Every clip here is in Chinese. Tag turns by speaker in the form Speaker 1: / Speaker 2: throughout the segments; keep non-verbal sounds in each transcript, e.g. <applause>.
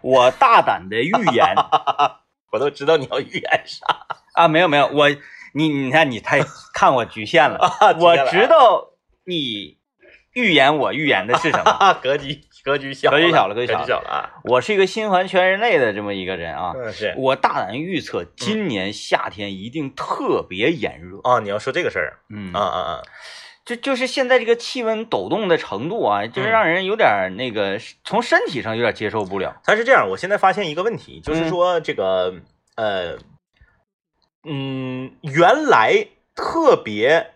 Speaker 1: 我大胆的预言
Speaker 2: 我都知道你要预言啥
Speaker 1: 啊，没有没有，我你你看你太看我局限
Speaker 2: <laughs>
Speaker 1: 了，
Speaker 2: 啊
Speaker 1: <laughs> 我知道你预言我预言的是
Speaker 2: <laughs>
Speaker 1: 什么。
Speaker 2: 啊，格局格局小，
Speaker 1: 格局小了
Speaker 2: 格
Speaker 1: 格
Speaker 2: 局
Speaker 1: 局小了
Speaker 2: 小了啊。
Speaker 1: 我是一个心怀全人类的这么一个人啊，
Speaker 2: 嗯，是
Speaker 1: 我大胆预测今年夏天一定特别炎热。
Speaker 2: 啊，你要说这个事儿
Speaker 1: 嗯
Speaker 2: 啊啊啊，
Speaker 1: 就就是现在这个气温抖动的程度啊，就是让人有点儿那个，从身体上有点接受不了。
Speaker 2: 它是这样，我现在发现一个问题，就是
Speaker 1: 嗯
Speaker 2: 说这个呃，嗯，原来特别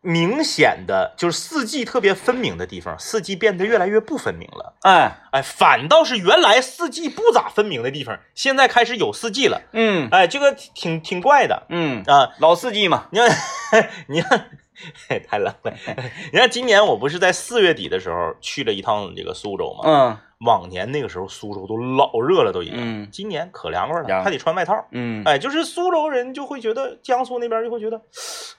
Speaker 2: 明显的就是四季特别分明的地方，四季变得越来越不分明了。
Speaker 1: 哎，
Speaker 2: 哎，反倒是原来四季不咋分明的地方，现在开始有四季了。
Speaker 1: 嗯
Speaker 2: 哎，这个挺挺怪的
Speaker 1: 嗯，
Speaker 2: 啊、
Speaker 1: 老司机嘛，
Speaker 2: 你看，你看，太冷了。
Speaker 1: 哎
Speaker 2: 你看，今年我不是在四月底的时候去了一趟这个苏州嘛？
Speaker 1: 嗯
Speaker 2: 往年那个时候苏州都老热了，都已经。
Speaker 1: 嗯
Speaker 2: 今年可凉快了，
Speaker 1: 凉
Speaker 2: 还得穿外套。
Speaker 1: 嗯，
Speaker 2: 哎，就是苏州人就会觉得，江苏那边就会觉得，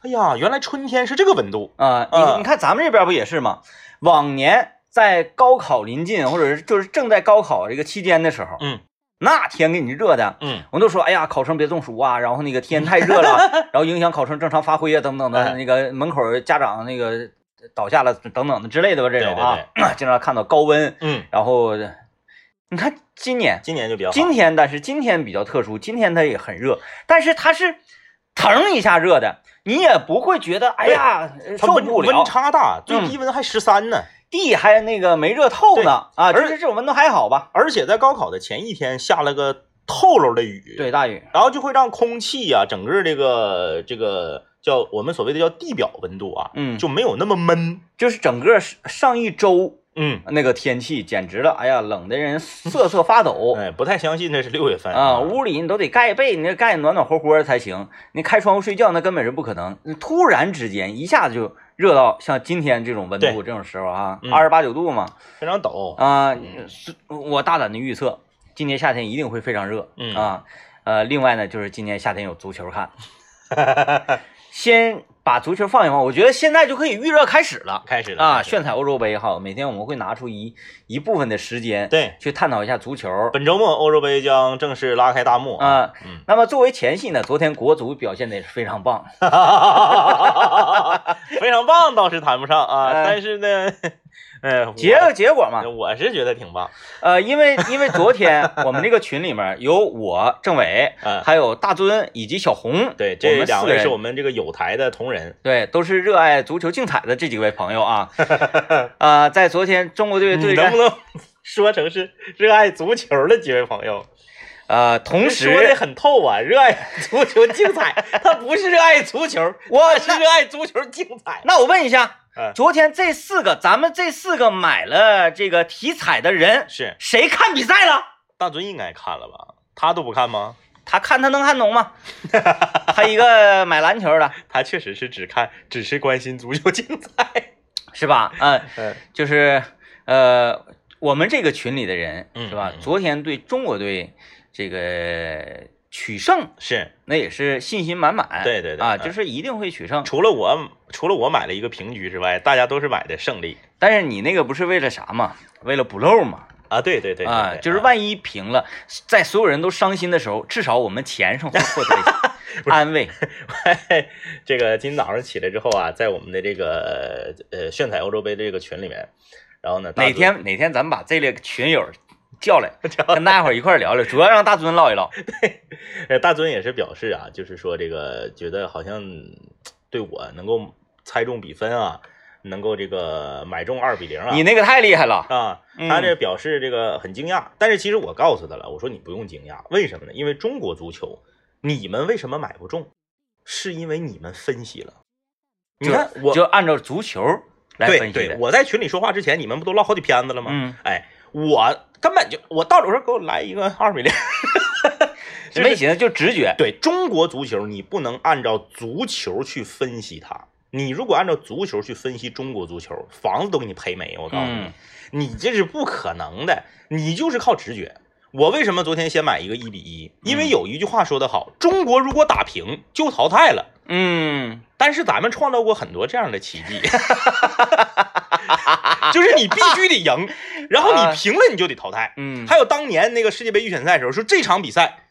Speaker 2: 哎呀，原来春天是这个温度。
Speaker 1: 啊，
Speaker 2: 啊
Speaker 1: 你你看咱们这边不也是吗？往年在高考临近，或者是就是正在高考这个期间的时候，
Speaker 2: 嗯
Speaker 1: 那天给你热的，
Speaker 2: 嗯，
Speaker 1: 我们都说，哎呀，考生别中暑啊，然后那个天太热了，
Speaker 2: <laughs>
Speaker 1: 然后影响考生正常发挥啊，等等
Speaker 2: 哎
Speaker 1: 的，那个门口家长那个倒下了等等的之类的吧，这种啊， <coughs> 经常看到高温，
Speaker 2: 嗯，
Speaker 1: 然后你看今年，
Speaker 2: 今年就比较好。
Speaker 1: 今天但是今天比较特殊，今天它也很热，但是它是腾一下热的，你也不会觉得哎呀
Speaker 2: 它
Speaker 1: 受
Speaker 2: 温
Speaker 1: 不了嗯
Speaker 2: 温，差大，最低温还十三呢。
Speaker 1: 地还那个没热透呢啊，
Speaker 2: 而
Speaker 1: 就是这种温度还好吧？
Speaker 2: 而且在高考的前一天下了个透漏的雨。。
Speaker 1: 对，大雨，
Speaker 2: 然后就会让空气呀、整个这个这个叫我们所谓的叫地表温度啊，
Speaker 1: 嗯
Speaker 2: 就没有那么闷。
Speaker 1: 就是整个上一周。
Speaker 2: 嗯，
Speaker 1: 那个天气简直了，哎呀，冷的人瑟瑟发
Speaker 2: <laughs>
Speaker 1: 抖
Speaker 2: 哎，不太相信这是六月份
Speaker 1: 啊！屋里你都得盖被，你这盖暖暖和和的才行。你开窗户睡觉那根本是不可能。你突然之间一下子就热到像今天这种温
Speaker 2: 对
Speaker 1: 度，这种时候啊
Speaker 2: 嗯，
Speaker 1: 二十八九度嘛
Speaker 2: 非常陡。
Speaker 1: 啊！是我大胆的预测，今年夏天一定会非常热
Speaker 2: 嗯
Speaker 1: 啊！呃，另外呢，就是今年夏天有足球
Speaker 2: <laughs>
Speaker 1: 看，先把足球放一放，我觉得现在就可以预热开始了。
Speaker 2: 开始了
Speaker 1: 啊，
Speaker 2: 开始
Speaker 1: 炫彩欧洲杯哈，每天我们会拿出一一部分的时间，
Speaker 2: 对，
Speaker 1: 去探讨一下足球。
Speaker 2: 本周末欧洲杯将正式拉开大幕啊！
Speaker 1: 啊、
Speaker 2: 嗯
Speaker 1: 那么作为前戏呢，昨天国足表现的也是非常棒，
Speaker 2: <laughs> 非常棒，倒是谈不上啊，
Speaker 1: 啊哎
Speaker 2: 但是呢， <laughs> 哎，
Speaker 1: 结个结果嘛
Speaker 2: 我，我是觉得挺棒。
Speaker 1: 呃，因为因为昨天我们这个群里面有我政委，
Speaker 2: <laughs> 嗯，
Speaker 1: 还有大尊以及小红，
Speaker 2: 对，
Speaker 1: 我
Speaker 2: 这
Speaker 1: 们
Speaker 2: 两
Speaker 1: 四个
Speaker 2: 位
Speaker 1: 人
Speaker 2: 是我们这个有台的同仁。
Speaker 1: 对，都是热爱足球竞彩的这几位朋友
Speaker 2: <laughs>
Speaker 1: 啊，啊，在昨天中国队
Speaker 2: 你
Speaker 1: 对
Speaker 2: 嗯能
Speaker 1: 战
Speaker 2: 不，能说成是热爱足球的几位朋友？
Speaker 1: 呃，同
Speaker 2: 说的
Speaker 1: 时，
Speaker 2: 很透啊，热爱足球竞彩，他不是热爱足球，
Speaker 1: 我
Speaker 2: 他 <laughs> 是
Speaker 1: 那
Speaker 2: 热爱足球竞彩。
Speaker 1: 那我问一下
Speaker 2: 嗯，
Speaker 1: 昨天这四个，咱们这四个买了这个体彩的人，
Speaker 2: 是
Speaker 1: 谁看比赛了？
Speaker 2: 大尊应该看了吧？他都不看吗？
Speaker 1: 他看他能看懂吗？他一
Speaker 2: <laughs>
Speaker 1: 个买篮球的，
Speaker 2: 他确实是只看，只是关心足球竞彩。 <laughs>
Speaker 1: 是吧？嗯，
Speaker 2: 嗯
Speaker 1: 就是呃，我们这个群里的人
Speaker 2: 嗯
Speaker 1: 是吧
Speaker 2: 嗯嗯？
Speaker 1: 昨天对中国队这个取胜，
Speaker 2: 是，
Speaker 1: 那也是信心满满。
Speaker 2: 对对对
Speaker 1: 啊，
Speaker 2: 嗯
Speaker 1: 就是一定会取胜。
Speaker 2: 除了我，除了我买了一个平局之外，大家都是买的胜利
Speaker 1: 但是你那个不是为了啥嘛？为了补漏嘛？
Speaker 2: 啊！对对对对
Speaker 1: 啊，
Speaker 2: 对
Speaker 1: 就是万一平了，在所有人都伤心的时候，至少我们钱上会获得一
Speaker 2: <laughs>
Speaker 1: 些安慰。
Speaker 2: 这个今天早上起来之后啊，在我们的这个呃炫彩欧洲杯的这个群里面，然后呢，大
Speaker 1: 哪
Speaker 2: 尊 <laughs>
Speaker 1: 天哪天咱们把这类群友叫来，跟大家伙儿一块儿
Speaker 2: <laughs>
Speaker 1: 聊聊，主要让大尊唠一唠。
Speaker 2: 呃，大尊也是表示啊，就是说这个觉得好像对我能够猜中比分啊，能够这个买中二比零啊，
Speaker 1: 你那个太厉害了，
Speaker 2: 啊，
Speaker 1: 嗯
Speaker 2: 他这表示这个很惊讶，但是其实我告诉他了，我说你不用惊讶，为什么呢？因为中国足球，你们为什么买不中，是因为你们分析了。你
Speaker 1: 就
Speaker 2: 看我
Speaker 1: 就按照足球来分
Speaker 2: 对
Speaker 1: 析的
Speaker 2: 对，。我在群里说话之前，你们不都唠好几片子了吗？
Speaker 1: 嗯，
Speaker 2: 哎，我根本就我到手上给我来一个二比零，就是
Speaker 1: 没寻思就直觉。
Speaker 2: 对中国足球，你不能按照足球去分析它。你如果按照足球去分析中国足球，房子都给你赔没。我告诉你，
Speaker 1: 嗯
Speaker 2: 你这是不可能的，你就是靠直觉。我为什么昨天先买一个一比一？因为有一句话说得好，中国如果打平就淘汰了。
Speaker 1: 嗯，
Speaker 2: 但是咱们创造过很多这样的奇迹， <laughs> 就是你必须得赢，然后你平了你就得淘汰。
Speaker 1: 嗯，
Speaker 2: 还有当年那个世界杯预选赛的时候，说这场比赛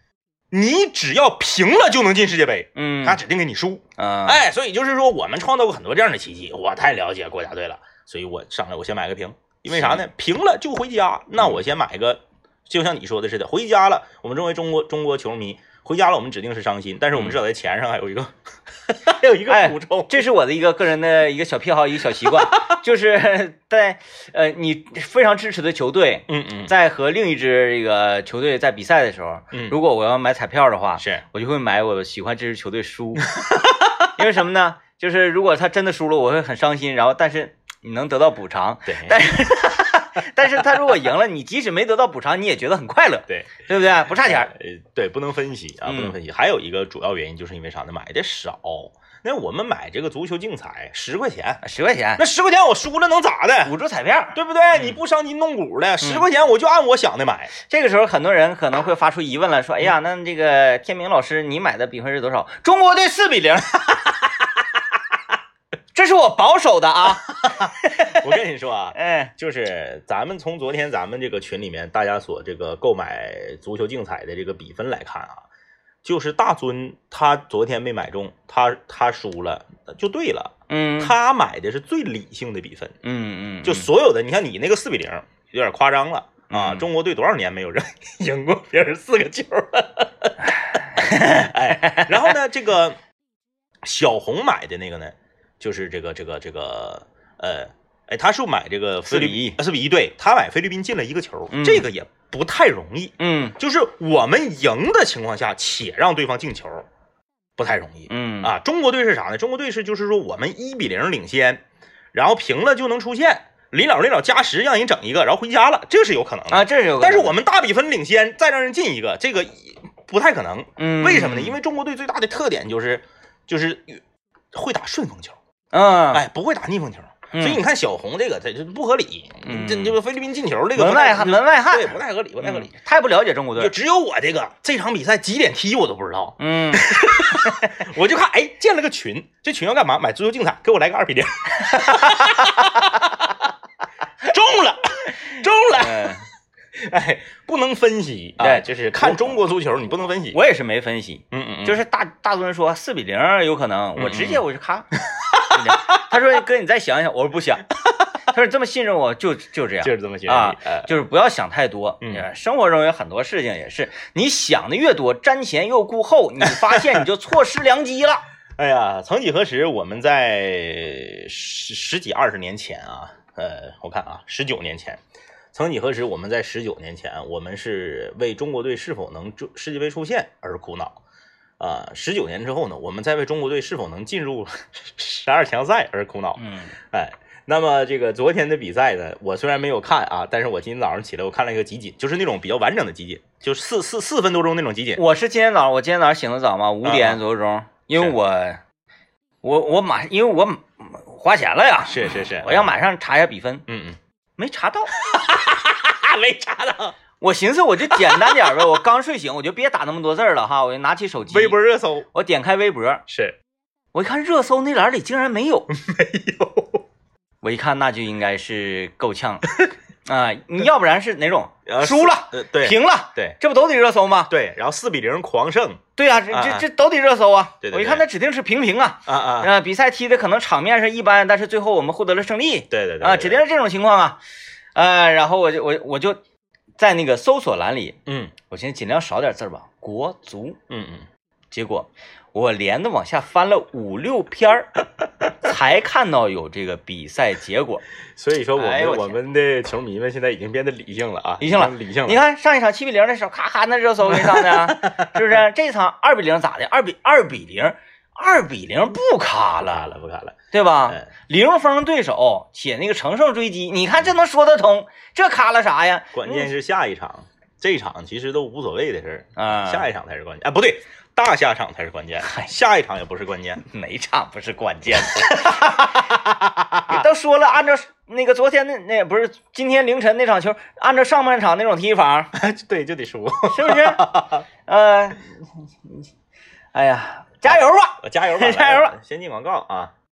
Speaker 2: 你只要平了就能进世界杯，
Speaker 1: 嗯
Speaker 2: 他指定给你输。
Speaker 1: 啊，
Speaker 2: 哎，所以就是说我们创造过很多这样的奇迹，我太了解国家队了，所以我上来我先买个平，因为啥呢？平了就回家，那
Speaker 1: 嗯
Speaker 2: 我先买个，就像你说的似的，回家了。我们认为中国中国球迷回家了，我们指定是伤心，但是我们至少在钱上还有一个、 <laughs> 还有一
Speaker 1: 嗯
Speaker 2: 个
Speaker 1: 哎
Speaker 2: 补充，
Speaker 1: 这是我的一个个人的一个小癖好，一个小习惯，就是在呃你非常支持的球队
Speaker 2: 嗯嗯
Speaker 1: 在和另一支这个球队在比赛的时候，
Speaker 2: 嗯，
Speaker 1: 如果我要买彩票的话，
Speaker 2: 是
Speaker 1: 我就会买我喜欢这支球队输，因为什么呢？就是如果他真的输了，我会很伤心，然后但是你能得到补偿，
Speaker 2: 对
Speaker 1: 但是但是他如果赢了，你即使没得到补偿，你也觉得很快乐，
Speaker 2: 对。
Speaker 1: 对不对？不差钱儿，
Speaker 2: 呃，对，不能分析啊，
Speaker 1: 嗯
Speaker 2: 不能分析。还有一个主要原因就是因为啥呢？买的少。那我们买这个足球竞彩十块钱，
Speaker 1: 十块钱
Speaker 2: 那十块钱我输了能咋的？
Speaker 1: 补助彩票。
Speaker 2: 对不对？
Speaker 1: 嗯
Speaker 2: 你不伤筋动骨的，十块钱我就按我想的买。
Speaker 1: 这个时候，很多人可能会发出疑问了，说：“哎呀，那这个天明老师，你买的比分是多少？”中国队四比零， <laughs> 这是我保守的啊。
Speaker 2: 我跟你说啊，
Speaker 1: 哎，
Speaker 2: 就是咱们从昨天咱们这个群里面大家所这个购买足球竞彩的这个比分来看啊，就是大尊他昨天没买中，他他输了就对了，
Speaker 1: 嗯，
Speaker 2: 他买的是最理性的比分。
Speaker 1: 嗯嗯，
Speaker 2: 就所有的，你看你那个四比零有点夸张了啊！
Speaker 1: 嗯
Speaker 2: 中国队多少年没有人 <laughs> 赢过别人四个球了？ <laughs> 哎，然后呢，这个小红买的那个呢，就是这个这个这个呃，哎，他是买这个菲律
Speaker 1: 4比一
Speaker 2: 宾呃四比一，对他买菲律宾进了一个球，
Speaker 1: 嗯
Speaker 2: 这个也不太容易。
Speaker 1: 嗯
Speaker 2: 就是我们赢的情况下，且让对方进球，不太容易。
Speaker 1: 嗯
Speaker 2: 啊，中国队是啥呢？中国队是就是说我们一比零领先，然后平了就能出现，临了临了加时让人整一个，然后回家了，这是有可能的。
Speaker 1: 啊，这是有可能。
Speaker 2: 但是我们大比分领先，再让人进一个，这个不太可能。
Speaker 1: 嗯，
Speaker 2: 为什么呢？因为中国队最大的特点就是就是会打顺风球，
Speaker 1: 嗯，
Speaker 2: 哎，不会打逆风球。
Speaker 1: 嗯
Speaker 2: 所以你看小红这个，这这不合理。
Speaker 1: 嗯
Speaker 2: 这这个菲律宾进球这个
Speaker 1: 门
Speaker 2: 不太
Speaker 1: 外汉，门外汉
Speaker 2: 对，不太合理，不太合理。
Speaker 1: 嗯太不了解中国队
Speaker 2: 就
Speaker 1: 了。
Speaker 2: 只有我这个这场比赛几点踢我都不知道，
Speaker 1: 嗯，
Speaker 2: 我就看，哎，建了个群，这群要干嘛？买足球竞彩，给我来个二比零， <laughs> 中了，中了，
Speaker 1: 哎
Speaker 2: 哎，不能分析，
Speaker 1: 对
Speaker 2: 哎，就是看中国足球，你不能分析，
Speaker 1: <laughs> 我也是没分析，
Speaker 2: 嗯嗯嗯，
Speaker 1: 就是是大大多人说四比零有可能，我
Speaker 2: 嗯
Speaker 1: 直接我就 <laughs> 咔。4-0他说：“哥，你再想一想。”我说：“不 <laughs> 想。”他说：“这么信任我，就就这样。”
Speaker 2: 就是这么学
Speaker 1: 啊
Speaker 2: 习， <laughs> 哎
Speaker 1: 就是不要想太多。
Speaker 2: 嗯
Speaker 1: 呃生活中有很多事情也是，你想的越多，瞻前又顾后，你发现你就错失良机
Speaker 2: <laughs>
Speaker 1: 了。
Speaker 2: 哎呀，曾几何时，我们在十十几二十年前啊，呃，我看啊，十九年前，曾几何时，我们在十九年前，我们是为中国队是否能就世界杯出现而苦恼。啊，十九年之后呢，我们在为中国队是否能进入十二强赛而苦恼。
Speaker 1: 嗯
Speaker 2: 哎，那么这个昨天的比赛呢，我虽然没有看啊，但是我今天早上起来我看了一个集锦，就是那种比较完整的集锦，就是四四四分多钟那种集锦。
Speaker 1: 我是今天早上，我今天早上醒的早嘛，五点左右钟，因为
Speaker 2: 啊是
Speaker 1: 我我我马，因为我马花钱了呀，
Speaker 2: 是是是，
Speaker 1: 我要，马上查一下比分，
Speaker 2: 嗯嗯，
Speaker 1: 没查到。
Speaker 2: 啊，没查到，
Speaker 1: 我寻思我就简单点儿
Speaker 2: <laughs>
Speaker 1: 呗，我刚睡醒，我就别打那么多字儿了哈，我就拿起手机，
Speaker 2: 微博，热搜
Speaker 1: 我点开微博，
Speaker 2: 是。
Speaker 1: 我一看热搜那栏里竟然没
Speaker 2: <laughs>
Speaker 1: 有，
Speaker 2: 有，
Speaker 1: 我一看那就应该是够
Speaker 2: <laughs>
Speaker 1: 呛啊、你要不然是哪种输了、
Speaker 2: 呃，对，，
Speaker 1: 平了，
Speaker 2: 对
Speaker 1: 这不都得热搜吗？
Speaker 2: 对，然后四比零狂胜，
Speaker 1: 对啊，这
Speaker 2: 啊啊
Speaker 1: 这这都得热搜啊！
Speaker 2: 对对对
Speaker 1: 我一看那指定是平平啊，
Speaker 2: 啊啊，
Speaker 1: 呃，比赛踢的可能场面上一般，但是最后我们获得了胜利
Speaker 2: 对对对
Speaker 1: 啊，指定，是这种情况啊，呃，然后我就我我就在那个搜索栏里，
Speaker 2: 嗯
Speaker 1: 我先尽量少点字儿吧，国足，
Speaker 2: 嗯嗯，
Speaker 1: 结果我连着往下翻了五六篇儿，才看到有这个比赛结果。
Speaker 2: 所以说我
Speaker 1: 哎
Speaker 2: 们
Speaker 1: 呦我
Speaker 2: 我
Speaker 1: 天
Speaker 2: 们的球迷们现在已经变得理性了啊，
Speaker 1: 理性了
Speaker 2: 已经理性
Speaker 1: 你
Speaker 2: 了，
Speaker 1: 看上一场七比零的时候，咔咔那热搜给上的啊，是不
Speaker 2: <laughs>
Speaker 1: 是？这场二比零咋的？二比二比零，二比零不卡
Speaker 2: 不看
Speaker 1: 了，
Speaker 2: 了不看了，
Speaker 1: 对吧？
Speaker 2: 嗯，
Speaker 1: 零封对手且那个乘胜追击，你看这能说得通？这卡了啥呀？
Speaker 2: 关键是下一场，这场其实都无所谓的事儿，
Speaker 1: 啊，
Speaker 2: 下一场才是关键，哎，不对，大下场才是关键，下一场也不是关
Speaker 1: <laughs>
Speaker 2: 键，
Speaker 1: 哪场不是关键的？ <laughs> 都说了，按照那个昨天那那不是今天凌晨那场球，按照上半场那种踢法，
Speaker 2: 对，就得输，
Speaker 1: 是不是？呃，哎呀，加油吧！
Speaker 2: 加油吧，
Speaker 1: <laughs> 加油吧
Speaker 2: 来，先进广告啊。